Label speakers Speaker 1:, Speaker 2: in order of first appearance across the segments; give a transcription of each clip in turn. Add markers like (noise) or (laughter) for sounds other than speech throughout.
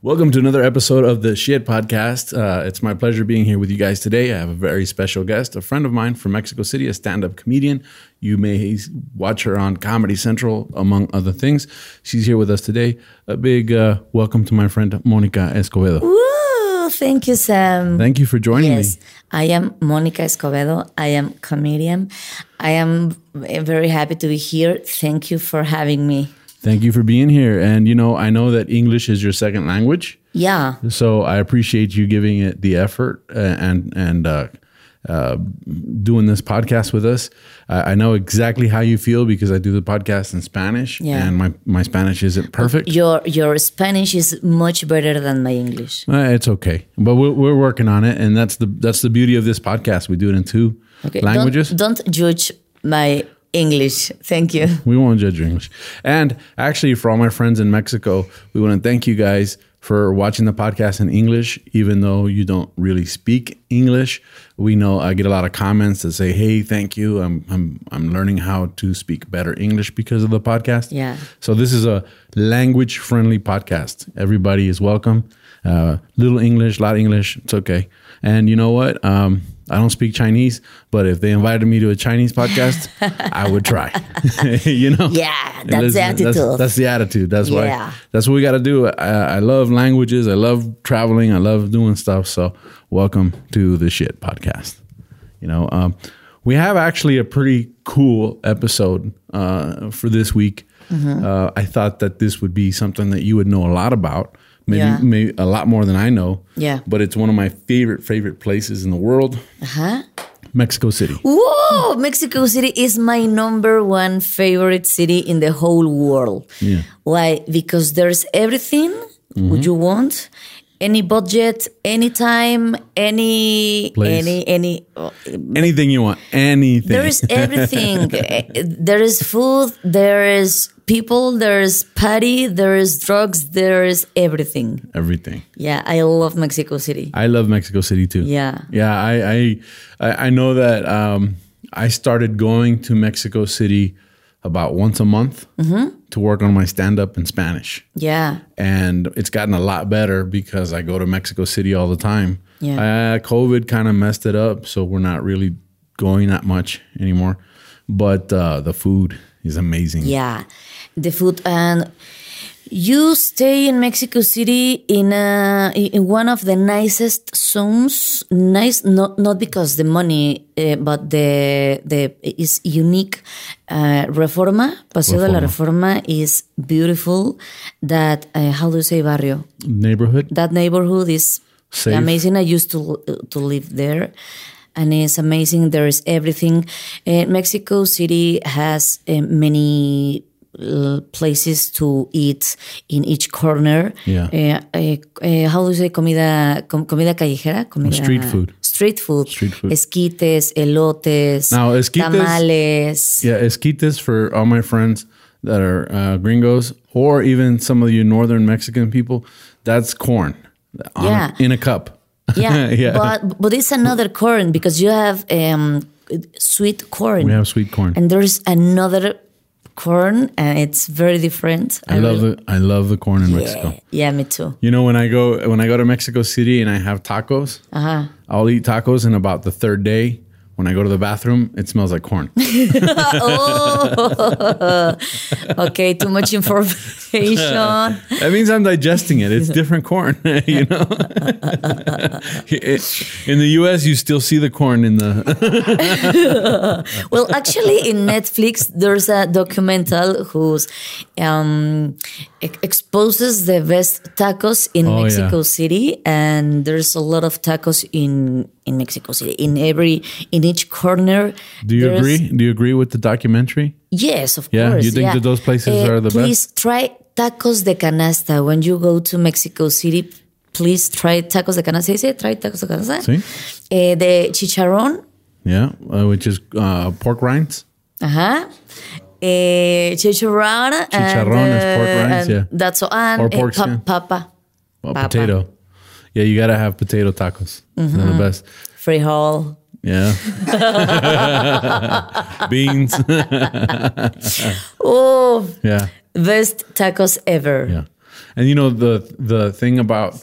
Speaker 1: Welcome to another episode of the Shit Podcast. Uh, it's my pleasure being here with you guys today. I have a very special guest, a friend of mine from Mexico City, a stand up comedian. You may watch her on Comedy Central, among other things. She's here with us today. A big uh, welcome to my friend, Monica Escobedo.
Speaker 2: Woo! Thank you, Sam.
Speaker 1: Thank you for joining
Speaker 2: yes,
Speaker 1: me.
Speaker 2: I am Monica Escobedo. I am comedian. I am very happy to be here. Thank you for having me.
Speaker 1: Thank you for being here. And, you know, I know that English is your second language.
Speaker 2: Yeah,
Speaker 1: So I appreciate you giving it the effort uh, and and uh, uh, doing this podcast with us. I, I know exactly how you feel because I do the podcast in Spanish,
Speaker 2: Yeah.
Speaker 1: and my my Spanish isn't perfect.
Speaker 2: your your Spanish is much better than my English.
Speaker 1: Uh, it's okay, but we're, we're working on it, and that's the that's the beauty of this podcast. We do it in two
Speaker 2: Okay, don't-
Speaker 1: languages.
Speaker 2: Don't, judge my English. Thank
Speaker 1: (laughs)
Speaker 2: you.
Speaker 1: We won't judge your English. And actually, for all my friends in Mexico, we want to thank you guys for watching the podcast in English, even though you don't really speak English. We know I get a lot of comments that say, "Hey, thank you. I'm I'm I'm learning how to speak better English because of the podcast."
Speaker 2: Yeah.
Speaker 1: So this is a language-friendly podcast. Everybody is welcome. Uh, little English, lot English. It's okay. And you know what? Um, I don't speak Chinese, but if they invited me to a Chinese
Speaker 2: (laughs)
Speaker 1: podcast, I would try. (laughs) you know?
Speaker 2: Yeah, that's the
Speaker 1: Listen, That's,
Speaker 2: attitude.
Speaker 1: that's the attitude. That's
Speaker 2: Yeah.
Speaker 1: why. That's what we got to do. I, I love languages. I love traveling. I love doing stuff. So, welcome to the shit podcast. You know, um, we have actually a pretty cool episode uh, for this week.
Speaker 2: Mm-hmm.
Speaker 1: Uh, I thought that this would be something that you would know a lot about. Maybe,
Speaker 2: Yeah.
Speaker 1: maybe a lot more than I know.
Speaker 2: Yeah.
Speaker 1: But it's one of my favorite favorite places in the world,
Speaker 2: Huh?
Speaker 1: Mexico City.
Speaker 2: Whoa! Mexico City is my number one favorite city in the whole world.
Speaker 1: Yeah. Mm-hmm.
Speaker 2: Why? Because there's everything would you want, any budget, any time, any
Speaker 1: Place.
Speaker 2: any any.
Speaker 1: Anything you want, anything.
Speaker 2: There is everything.
Speaker 1: (laughs)
Speaker 2: Eh, there is food. There is people. There is party. There is drugs. There is everything.
Speaker 1: everything.
Speaker 2: Yeah, I love Mexico City.
Speaker 1: I love Mexico City too.
Speaker 2: Yeah.
Speaker 1: Yeah, I I I I know that um, I started going to Mexico City about once a month
Speaker 2: Mm-hmm.
Speaker 1: to work on my stand up in Spanish.
Speaker 2: Yeah,
Speaker 1: And it's gotten a lot better because I go to Mexico City all the time.
Speaker 2: Yeah.
Speaker 1: Uh, COVID kind of messed it up, so we're not really going that much anymore. But uh, the food is amazing.
Speaker 2: yeah. The food and you stay in Mexico City in a, in one of the nicest zones. Nice, not not because the money, eh, but the the is unique. Uh, Reforma, Paseo de la Reforma is beautiful. That uh, how do you say barrio?
Speaker 1: Neighborhood.
Speaker 2: that neighborhood is
Speaker 1: Safe.
Speaker 2: amazing. I used to uh, to live there, and it's amazing. There is everything. Uh, Mexico City has uh, many uh, places to eat in each corner.
Speaker 1: Yeah.
Speaker 2: Uh, uh, uh, how do you say comida com- comida callejera? Comida,
Speaker 1: Street food.
Speaker 2: Street food.
Speaker 1: Street food.
Speaker 2: Esquites, elotes.
Speaker 1: Now, esquites-
Speaker 2: Tamales.
Speaker 1: Yeah, esquites for all my friends that are uh, gringos, or even some of you northern Mexican people. That's corn on a-
Speaker 2: Yeah.
Speaker 1: in a cup.
Speaker 2: Yeah.
Speaker 1: (laughs) (laughs) Yeah.
Speaker 2: But but it's another corn because you have um, sweet corn.
Speaker 1: We have sweet corn.
Speaker 2: and there's another corn and it's very different
Speaker 1: I love
Speaker 2: really-
Speaker 1: the I love the corn in
Speaker 2: yeah,
Speaker 1: Mexico.
Speaker 2: yeah me too
Speaker 1: You know when I go when I go to Mexico City and I have tacos, uh-huh. I'll eat tacos, and about the third day, when I go to the bathroom, it smells like
Speaker 2: (laughs)
Speaker 1: corn.
Speaker 2: okay too
Speaker 1: (laughs)
Speaker 2: much information
Speaker 1: that means I'm digesting it. It's different corn, (laughs) you
Speaker 2: (laughs)
Speaker 1: know. It- in the U.S., you still see the corn in the
Speaker 2: well actually in netflix there's a documental who's um e- exposes the best tacos in
Speaker 1: Oh,
Speaker 2: mexico
Speaker 1: yeah.
Speaker 2: city and there's a lot of tacos in in mexico city in every in each corner
Speaker 1: Do you
Speaker 2: there's-
Speaker 1: agree? Do you agree with the documentary?
Speaker 2: Yes, of
Speaker 1: Yeah,
Speaker 2: course. Uh,
Speaker 1: you think that those places are the
Speaker 2: please best? Please try tacos de canasta when you go to Mexico City. Please try tacos de canasta. ¿Sí? ¿Sí? ¿Try tacos de canasta?
Speaker 1: Sí.
Speaker 2: Eh, de chicharrón
Speaker 1: Yeah, uh, which is uh, pork rinds.
Speaker 2: Ajá. Eh, chicharrón. and,
Speaker 1: Chicharrón is pork
Speaker 2: uh,
Speaker 1: rinds,
Speaker 2: and
Speaker 1: yeah.
Speaker 2: That's all. And
Speaker 1: Or
Speaker 2: eh,
Speaker 1: pork
Speaker 2: pa-
Speaker 1: skin.
Speaker 2: papa.
Speaker 1: Well,
Speaker 2: Papa.
Speaker 1: potato. Yeah, you gotta have potato tacos. They're the
Speaker 2: Mm-hmm.
Speaker 1: best.
Speaker 2: Frijol. (laughs)
Speaker 1: Yeah. Beans. (laughs)
Speaker 2: Oh,
Speaker 1: yeah.
Speaker 2: best tacos ever.
Speaker 1: Yeah. And you know the the thing about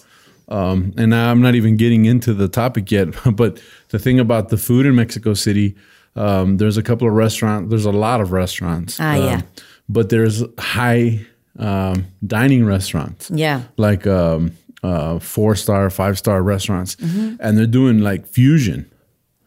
Speaker 1: um and I'm not even getting into the topic yet, (laughs) but the thing about the food in Mexico City, um there's a couple of restaurants, there's a lot of restaurants.
Speaker 2: Ah,
Speaker 1: um,
Speaker 2: yeah.
Speaker 1: But there's high um dining restaurants.
Speaker 2: Yeah.
Speaker 1: Like um uh four star, five star restaurants. And they're doing like fusion.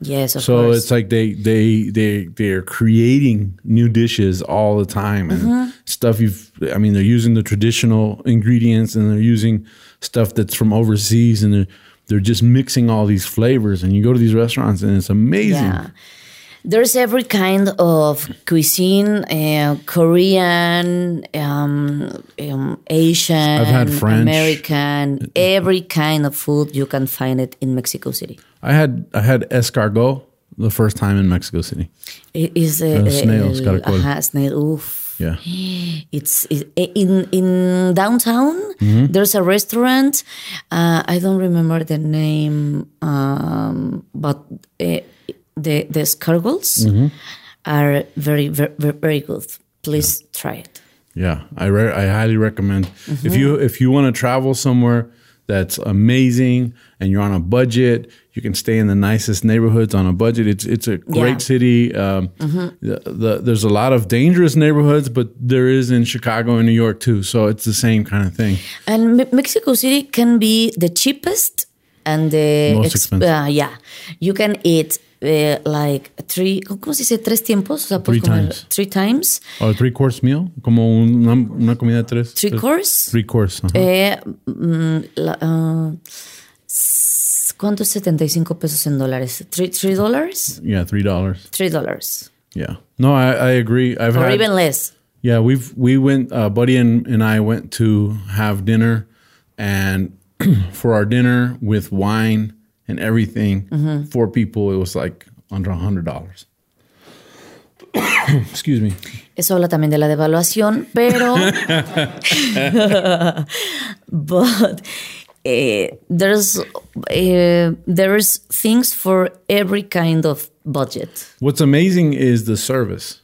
Speaker 2: Yes, of
Speaker 1: So
Speaker 2: course.
Speaker 1: it's like they they they they're creating new dishes all the time and stuff you've I mean they're using the traditional ingredients and they're using stuff that's from overseas and they're they're just mixing all these flavors and you go to these restaurants and it's amazing.
Speaker 2: Yeah. There's every kind of cuisine, uh, Korean, um, um, Asian,
Speaker 1: had French.
Speaker 2: American, every kind of food you can find it in Mexico City.
Speaker 1: I had I had escargot the first time in Mexico City.
Speaker 2: I- Is a,
Speaker 1: Uh, snails, caracol.
Speaker 2: Ajá, snail. Oof.
Speaker 1: Yeah.
Speaker 2: It's it, in in downtown.
Speaker 1: Mm-hmm.
Speaker 2: There's a restaurant. Uh, I don't remember the name, um, but uh, the the escargots
Speaker 1: Mm-hmm.
Speaker 2: are very, very very good. Please try it.
Speaker 1: Yeah, I re- I highly recommend if you
Speaker 2: Mm-hmm.
Speaker 1: if you want to travel somewhere that's amazing and you're on a budget, you can stay in the nicest neighborhoods on a budget. It's it's a great
Speaker 2: Yeah. Mm-hmm.
Speaker 1: city. Um, the, the, there's a lot of dangerous neighborhoods, but there is in Chicago and New York too. So it's the same kind of thing.
Speaker 2: And Me- Mexico City can be the cheapest and the
Speaker 1: Most expensive.
Speaker 2: uh, yeah. You can eat uh, like three, ¿cómo se dice? Tres tiempos. O sea, puedes
Speaker 1: Three
Speaker 2: comer
Speaker 1: times.
Speaker 2: Three times.
Speaker 1: Or three course Oh, meal, como una, una comida tres
Speaker 2: Three
Speaker 1: tres-
Speaker 2: course.
Speaker 1: three course. uh-huh.
Speaker 2: Eh, mm, la- ah, s- ¿Cuánto es 75 pesos en dólares? ¿Three, three dollars?
Speaker 1: yeah, three dollars.
Speaker 2: Three dollars.
Speaker 1: Yeah, no, I, I agree. I've
Speaker 2: Or
Speaker 1: had,
Speaker 2: even less.
Speaker 1: Yeah, we've we went. Uh, Buddy and, and I went to have dinner, and (clears throat) for our dinner with wine and everything, four people, it was like under a hundred dollars. (coughs) Excuse me.
Speaker 2: Eso habla también de la devaluación, pero. but eh, there's eh, there's things for every kind of budget.
Speaker 1: What's amazing is the service.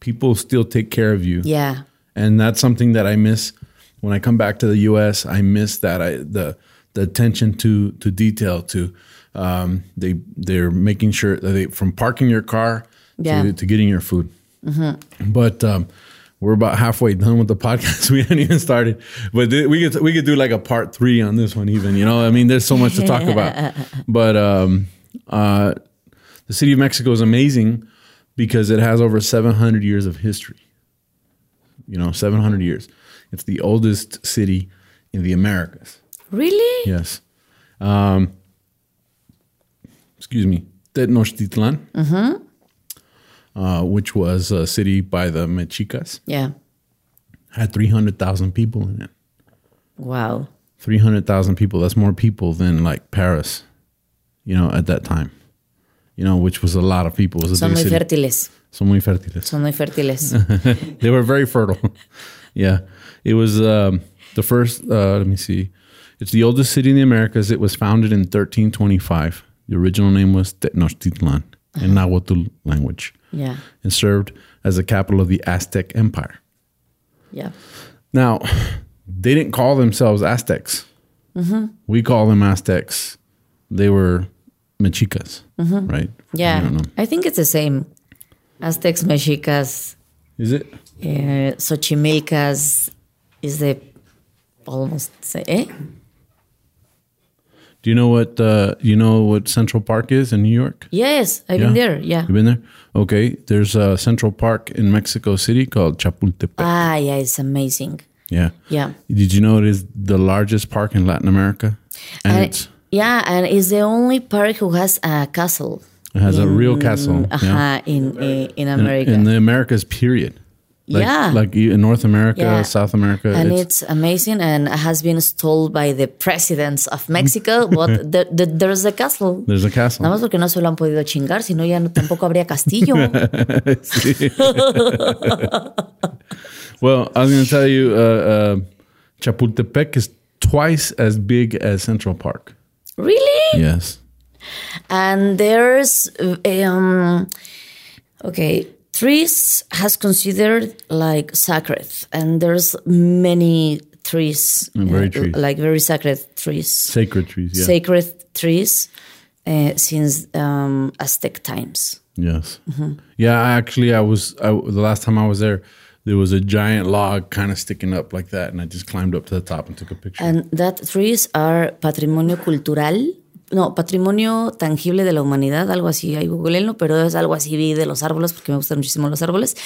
Speaker 1: People still take care of you.
Speaker 2: Yeah.
Speaker 1: and that's something that I miss when I come back to the U.S. I miss that I the the attention to to detail to um, they they're making sure that they from parking your car
Speaker 2: Yeah.
Speaker 1: to, to getting your food. But um, we're about halfway done with the podcast. (laughs) we haven't even started, but th- we could we could do like a part three on this one. Even you know, I mean, there's so much to talk about. But um, uh, the city of Mexico is amazing because it has over 700 years of history you know, 700 years. It's the oldest city in the Americas.
Speaker 2: Really?
Speaker 1: Yes. Um, excuse me, Tenochtitlan,
Speaker 2: Mm-hmm.
Speaker 1: uh, which was a city by the Mexicas,
Speaker 2: Yeah.
Speaker 1: had 300,000 people in it.
Speaker 2: Wow.
Speaker 1: 300,000 people. That's more people than like Paris, you know, at that time, you know, which was a lot of people. It was a
Speaker 2: Son
Speaker 1: big
Speaker 2: muy
Speaker 1: city.
Speaker 2: fértiles.
Speaker 1: Son muy fértiles.
Speaker 2: Son muy fértiles.
Speaker 1: they were very fertile. (laughs) yeah, it was um, the first. Uh, let me see. It's the oldest city in the Americas. It was founded in 1325. The original name was Tenochtitlan in Nahuatl language,
Speaker 2: yeah.
Speaker 1: and served as the capital of the Aztec Empire.
Speaker 2: Yeah.
Speaker 1: Now, (sighs) they didn't call themselves Aztecs. We call them Aztecs. They were Mexicas, right? I
Speaker 2: Yeah.
Speaker 1: don't know.
Speaker 2: I think it's the same. Aztecs, Mexicas.
Speaker 1: Is it?
Speaker 2: Uh, Xochimilcas is the almost say eh?
Speaker 1: Do you know what? Uh, you know what Central Park is in New York?
Speaker 2: Yes, I've been there. Yeah.
Speaker 1: You've been there? Okay. There's a Central Park in Mexico City called Chapultepec.
Speaker 2: Ah, yeah, it's amazing.
Speaker 1: yeah.
Speaker 2: Yeah.
Speaker 1: Did you know it is the largest park in Latin America? And
Speaker 2: And-
Speaker 1: it's,
Speaker 2: yeah, and it's the only park who has a castle. Mm,
Speaker 1: it has a real castle
Speaker 2: Aha,
Speaker 1: yeah,
Speaker 2: in, in in
Speaker 1: in-
Speaker 2: America.
Speaker 1: in the Americas, period. Like,
Speaker 2: yeah.
Speaker 1: Like you- in North America,
Speaker 2: Yeah.
Speaker 1: South America.
Speaker 2: and
Speaker 1: it's-
Speaker 2: it's, amazing and has been stole by the presidents
Speaker 1: (laughs)
Speaker 2: of Mexico, but the, the, there's the castle.
Speaker 1: there's a castle. (laughs)
Speaker 2: Nada más porque no se lo han podido chingar, si no ya no, tampoco habría castillo.
Speaker 1: (laughs) Well, I was going to tell you, uh, uh, Chapultepec is twice as big as Central Park.
Speaker 2: really?
Speaker 1: Yes.
Speaker 2: And there's um okay, trees has considered like sacred and there's many trees,
Speaker 1: very
Speaker 2: uh,
Speaker 1: trees.
Speaker 2: like very sacred trees.
Speaker 1: Sacred trees. Yeah.
Speaker 2: sacred trees uh, since um, Aztec times.
Speaker 1: Yes. Yeah. I Actually, I was I, the last time I was there. There was a giant log kind of sticking up like that, and I just climbed up to the top and took a picture.
Speaker 2: And that trees are patrimonio cultural, no, patrimonio tangible de la humanidad, algo así, ahí googleenlo, pero es algo así vi de los árboles, porque me gustan muchísimo los árboles,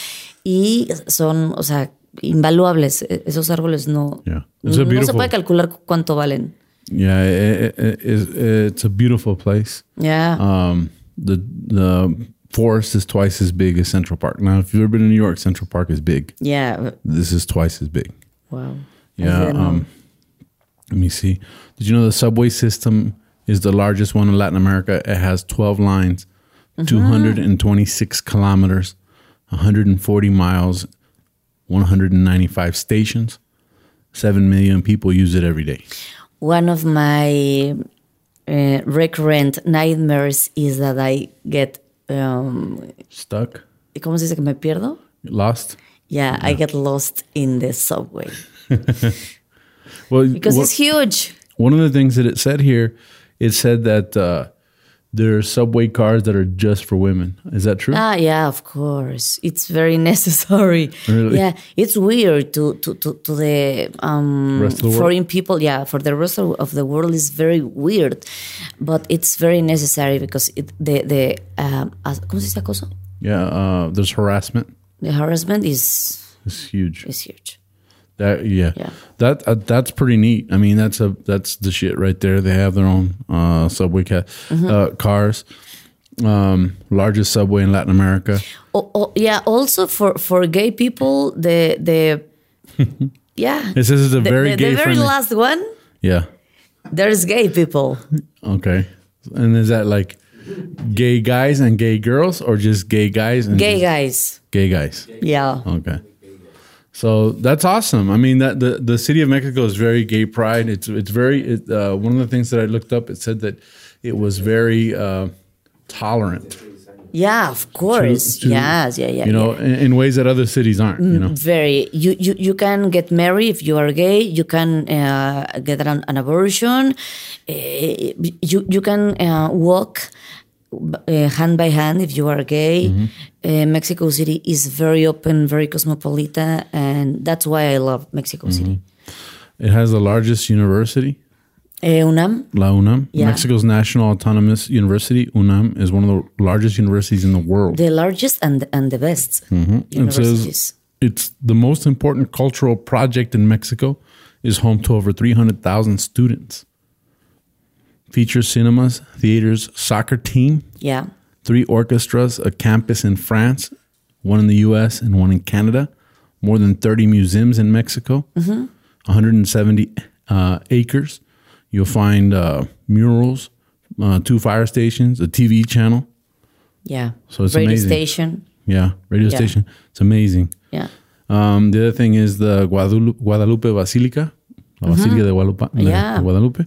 Speaker 2: y son, o sea, invaluables, E- esos árboles no,
Speaker 1: Yeah. It's a
Speaker 2: no se
Speaker 1: beautiful-
Speaker 2: puede calcular cu- cuánto valen.
Speaker 1: yeah, it, it, it, it's- it's a beautiful place.
Speaker 2: Yeah.
Speaker 1: Um, the the forest is twice as big as Central Park. Now, if you've ever been to New York, Central Park is big.
Speaker 2: yeah,
Speaker 1: This is twice as big.
Speaker 2: wow.
Speaker 1: Yeah.
Speaker 2: I didn't know.
Speaker 1: Um, let me see. Did you know the subway system is the largest one in Latin America? It has 12 lines,
Speaker 2: Mm-hmm.
Speaker 1: 226 kilometers, 140 miles, 195 stations. 7 million people use it every day.
Speaker 2: one of my uh, recurrent nightmares is that I get um,
Speaker 1: Stuck?
Speaker 2: ¿Cómo se dice que me pierdo?
Speaker 1: Lost?
Speaker 2: Yeah, I get lost in the subway
Speaker 1: Well,
Speaker 2: because
Speaker 1: what-
Speaker 2: it's huge.
Speaker 1: one of the things that it said here, it said that uh, there are subway cars that are just for women. Is that true?
Speaker 2: Ah, yeah, of course, it's very (laughs) necessary.
Speaker 1: Really?
Speaker 2: Yeah, it's weird to to to, to the um,
Speaker 1: Rest of the world?
Speaker 2: foreign people. Yeah, for the rest of of the world is very weird, but it's very necessary because it the the um, as- ¿cómo se dice acoso?
Speaker 1: Yeah, uh, there's harassment.
Speaker 2: The harassment is
Speaker 1: It's huge.
Speaker 2: is huge.
Speaker 1: That yeah,
Speaker 2: Yeah.
Speaker 1: that uh, that's pretty neat. I mean, that's a that's the shit right there. They have their own uh, subway ca-
Speaker 2: Mm-hmm.
Speaker 1: uh, cars, um, largest subway in Latin America.
Speaker 2: Oh, oh, yeah, also for for gay people, the
Speaker 1: (laughs)
Speaker 2: the yeah.
Speaker 1: This is a
Speaker 2: the,
Speaker 1: very
Speaker 2: the,
Speaker 1: gay
Speaker 2: the very
Speaker 1: friendly.
Speaker 2: last one.
Speaker 1: yeah.
Speaker 2: There's gay people.
Speaker 1: Okay. And is that like gay guys and gay girls, or just gay guys and
Speaker 2: Gay
Speaker 1: just
Speaker 2: guys.
Speaker 1: gay guys?
Speaker 2: Yeah.
Speaker 1: Okay. So that's awesome. I mean, that the, the city of Mexico is very gay pride. It's it's very it, uh, one of the things that I looked up. It said that it was very uh, tolerant.
Speaker 2: Yeah, of course.
Speaker 1: to-
Speaker 2: yes, yeah, yeah.
Speaker 1: you know,
Speaker 2: yeah. Mm-hmm.
Speaker 1: in, in ways that other cities aren't. You know,
Speaker 2: very. You, you you can get married if you are gay. You can uh, get an, an abortion. Uh, you you can uh, walk uh, hand by hand if you are gay.
Speaker 1: Mm-hmm.
Speaker 2: Uh, Mexico City is very open, very cosmopolitan, and that's why I love Mexico City.
Speaker 1: it has the largest university, Mm-hmm.
Speaker 2: Eh, UNAM.
Speaker 1: La UNAM.
Speaker 2: Yeah.
Speaker 1: Mexico's national autonomous university, UNAM, is one of the largest universities in the world.
Speaker 2: the largest and and the best
Speaker 1: It Mm-hmm. says
Speaker 2: universities.
Speaker 1: it's the most important cultural project in Mexico. Is home to over three hundred thousand students. Features cinemas, theaters, soccer team,
Speaker 2: yeah,
Speaker 1: three orchestras, a campus in France, one in the US, and one in Canada, more than 30 museums in Mexico, 170 uh, acres. You'll find uh, murals, uh, two fire stations, a TV channel.
Speaker 2: yeah.
Speaker 1: So it's
Speaker 2: radio
Speaker 1: amazing.
Speaker 2: station.
Speaker 1: Yeah, radio
Speaker 2: Yeah.
Speaker 1: station. It's amazing.
Speaker 2: Yeah,
Speaker 1: Um, the other thing is the Guadalupe, Guadalupe Basilica, La Basilica de Guadalupe. de
Speaker 2: Yeah.
Speaker 1: Guadalupe.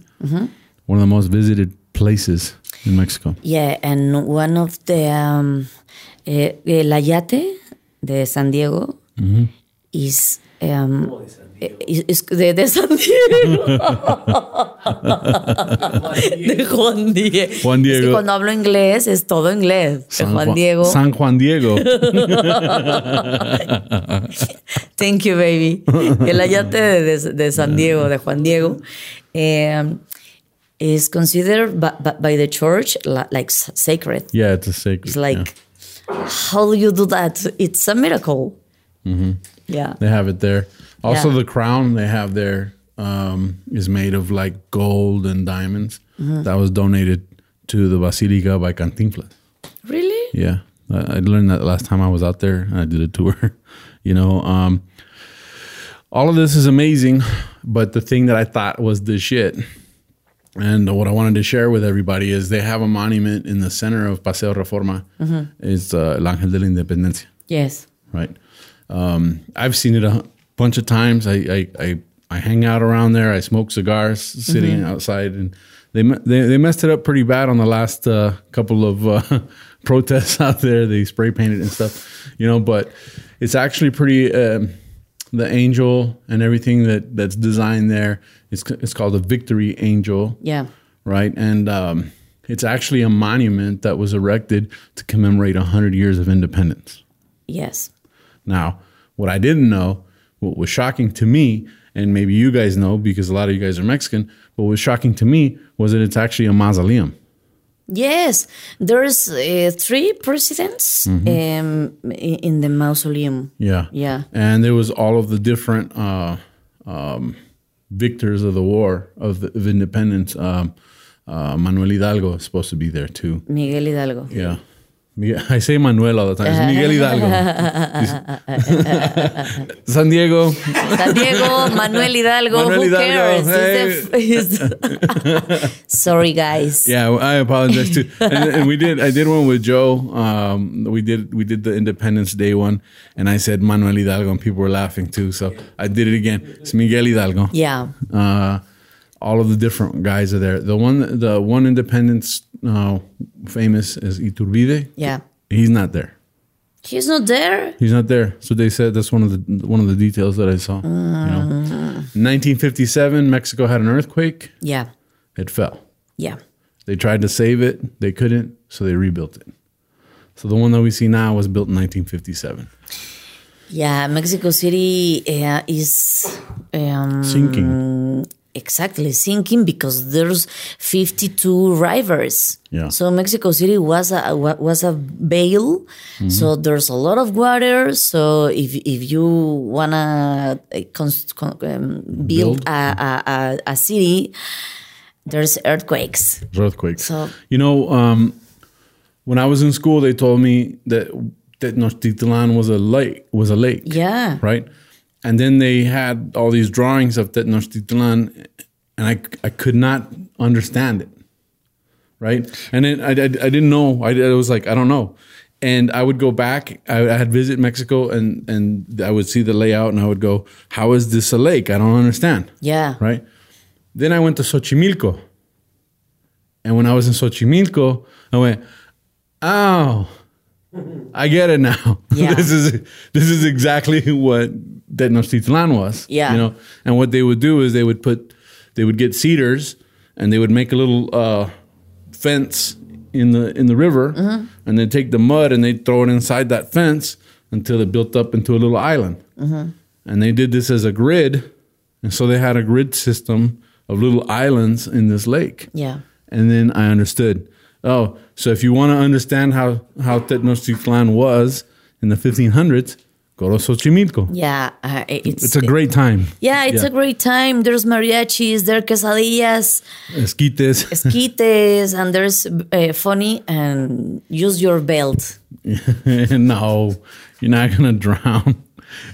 Speaker 1: One of the most visited places in Mexico.
Speaker 2: yeah. And one of the um, eh, eh, La Yate de San Diego is. Um, eh, is, is de, de San Diego. de Juan Diego.
Speaker 1: Juan
Speaker 2: Es que
Speaker 1: Diego.
Speaker 2: cuando hablo inglés es todo inglés. De Juan, Diego.
Speaker 1: San Juan
Speaker 2: (laughs)
Speaker 1: Diego.
Speaker 2: Thank you,
Speaker 1: (laughs)
Speaker 2: baby. El ayate de, de- de San Diego, de Juan Diego, um, is considered by, by, by the church la- like s- sacred.
Speaker 1: yeah, it's a sacred.
Speaker 2: It's
Speaker 1: yeah.
Speaker 2: like, how do you do that? It's a miracle.
Speaker 1: Mm-hmm.
Speaker 2: Yeah.
Speaker 1: They have it there. Also,
Speaker 2: Yeah.
Speaker 1: the crown they have there um, is made of like gold and diamonds. That was donated to the Basilica by Cantinflas.
Speaker 2: Really?
Speaker 1: Yeah, Uh, I learned that last time I was out there and I did a tour. (laughs) you know, um, all of this is amazing, but the thing that I thought was the shit, and what I wanted to share with everybody is they have a monument in the center of Paseo Reforma. It's uh, El Ángel de la Independencia
Speaker 2: Yes.
Speaker 1: right? Um, I've seen it a hu- bunch of times. I, I, I, I hang out around there. I smoke cigars sitting outside, and they, me- they they messed it up pretty bad on the last uh, couple of uh, (laughs) protests out there. They spray painted and stuff, you know. But it's actually pretty. Um, the angel and everything that that's designed there. It's c- it's called the Victory Angel
Speaker 2: Yeah.
Speaker 1: right? And um, it's actually a monument that was erected to commemorate 100 years of independence.
Speaker 2: Yes.
Speaker 1: Now, what I didn't know, what was shocking to me, and maybe you guys know because a lot of you guys are Mexican, but what was shocking to me was that it's actually a mausoleum.
Speaker 2: Yes. There's uh, three presidents um, i- in the mausoleum.
Speaker 1: Mm-hmm. Yeah.
Speaker 2: Yeah.
Speaker 1: And there was all of the different uh, um, victors of the war of, the, of independence. Um, uh, Manuel Hidalgo is supposed to be there too.
Speaker 2: Miguel Hidalgo.
Speaker 1: Yeah. Miguel, (laughs) I say Manuel all the time. It's Miguel Hidalgo. San Diego. (laughs)
Speaker 2: San Diego, Manuel Hidalgo.
Speaker 1: Manuel
Speaker 2: who
Speaker 1: Hidalgo,
Speaker 2: cares? He's the- he's the- (laughs) Sorry, guys.
Speaker 1: Yeah, well, I apologize
Speaker 2: (laughs)
Speaker 1: too. And, and we did. I did one with Joe. Um, we did. We did the Independence Day one, and I said Manuel Hidalgo, and people were laughing too. So I did it again. It's Miguel Hidalgo.
Speaker 2: Yeah.
Speaker 1: Uh, all of the different guys are there. The one, the one Independence uh, famous is Iturbide.
Speaker 2: Yeah.
Speaker 1: He's not there.
Speaker 2: He's not there.
Speaker 1: He's not there. So they said that's one of the one of the details that I saw. you know.
Speaker 2: Ah.
Speaker 1: 1957, Mexico had an earthquake.
Speaker 2: Yeah.
Speaker 1: It fell.
Speaker 2: Yeah.
Speaker 1: They tried to save it. They couldn't. So they rebuilt it. So the one that we see now was built in 1957.
Speaker 2: Yeah. Mexico City uh, is um,
Speaker 1: Sinking.
Speaker 2: exactly sinking because there's 52 rivers.
Speaker 1: Yeah.
Speaker 2: So Mexico City was a wa- was a bale,
Speaker 1: Mm-hmm.
Speaker 2: so there's a lot of water. So if if you wanna uh, cons- con- um, build,
Speaker 1: Build?
Speaker 2: A, a, a a city, there's earthquakes.
Speaker 1: Earthquakes.
Speaker 2: So-
Speaker 1: You know, um, when I was in school, they told me that that Tenochtitlan was a lake. Was a lake.
Speaker 2: Yeah.
Speaker 1: right? And then they had all these drawings of Tenochtitlan, and I, I could not understand it, right? And then I, I, I didn't know. I, I was like, I don't know. And I would go back. I, I had visit Mexico, and and I would see the layout, and I would go, "How is this a lake? I don't understand."
Speaker 2: Yeah.
Speaker 1: Right. Then I went to Xochimilco, and when I was in Xochimilco, I went, "Oh, I get it now. (laughs)
Speaker 2: Yeah.
Speaker 1: this is this is exactly what Tenochtitlan was.
Speaker 2: Yeah.
Speaker 1: You know, and what they would do is they would put they would get cedars and they would make a little uh, fence in the in the river
Speaker 2: Mm-hmm.
Speaker 1: and they take the mud and they throw it inside that fence until it built up into a little island.
Speaker 2: Mm-hmm.
Speaker 1: And they did this as a grid, and so they had a grid system of little islands in this lake.
Speaker 2: Yeah.
Speaker 1: And then I understood. Oh, so if you want to understand how how Tenochtitlan was in the 1500s, go to Xochimilco.
Speaker 2: Yeah. Uh, it- it's,
Speaker 1: It's a great time.
Speaker 2: yeah, it's
Speaker 1: yeah.
Speaker 2: a great time. There's mariachis, there are
Speaker 1: (laughs)
Speaker 2: quesadillas,
Speaker 1: Esquites.
Speaker 2: esquites, and there's uh, funny and use your belt.
Speaker 1: (laughs) no, you're not gonna drown.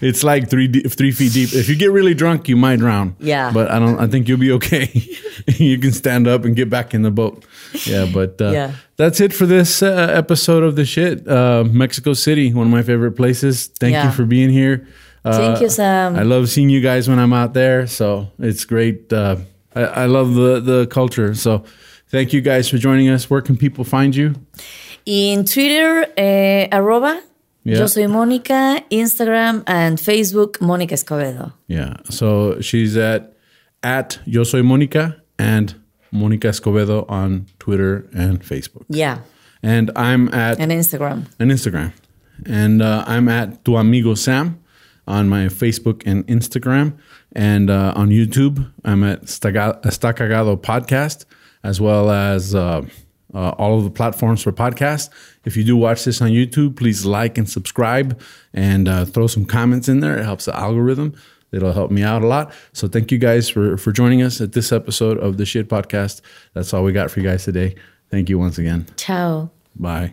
Speaker 1: It's like three deep, three feet deep. If you get really drunk, you might drown.
Speaker 2: Yeah.
Speaker 1: but I don't. I think you'll be okay. (laughs) you can stand up and get back in the boat. Yeah, but uh,
Speaker 2: Yeah.
Speaker 1: that's it for this uh, episode of the shit. Uh, Mexico City, one of my favorite places. Thank you
Speaker 2: Yeah.
Speaker 1: for being here. Uh,
Speaker 2: Thank you, Sam.
Speaker 1: I love seeing you guys when I'm out there. So it's great. Uh, I, I love the the culture. So thank you guys for joining us. Where can people find you?
Speaker 2: In Twitter, eh, arroba,
Speaker 1: Yeah.
Speaker 2: yo soy Mónica, Instagram and Facebook, Mónica Escobedo.
Speaker 1: Yeah. So she's at at Yo Soy Monica and Monica Escobedo on Twitter and Facebook.
Speaker 2: Yeah,
Speaker 1: And I'm at
Speaker 2: and Instagram.
Speaker 1: and Instagram. And uh, I'm at Tu Amigo Sam on my Facebook and Instagram. And uh, on YouTube, I'm at Estaga- Está Cagado Podcast, as well as uh, uh, all of the platforms for podcasts. If you do watch this on YouTube, please like and subscribe and uh, throw some comments in there. It helps the algorithm. It'll help me out a lot. So thank you guys for, for joining us at this episode of the Shit Podcast. That's all we got for you guys today. Thank you once again.
Speaker 2: Ciao.
Speaker 1: Bye.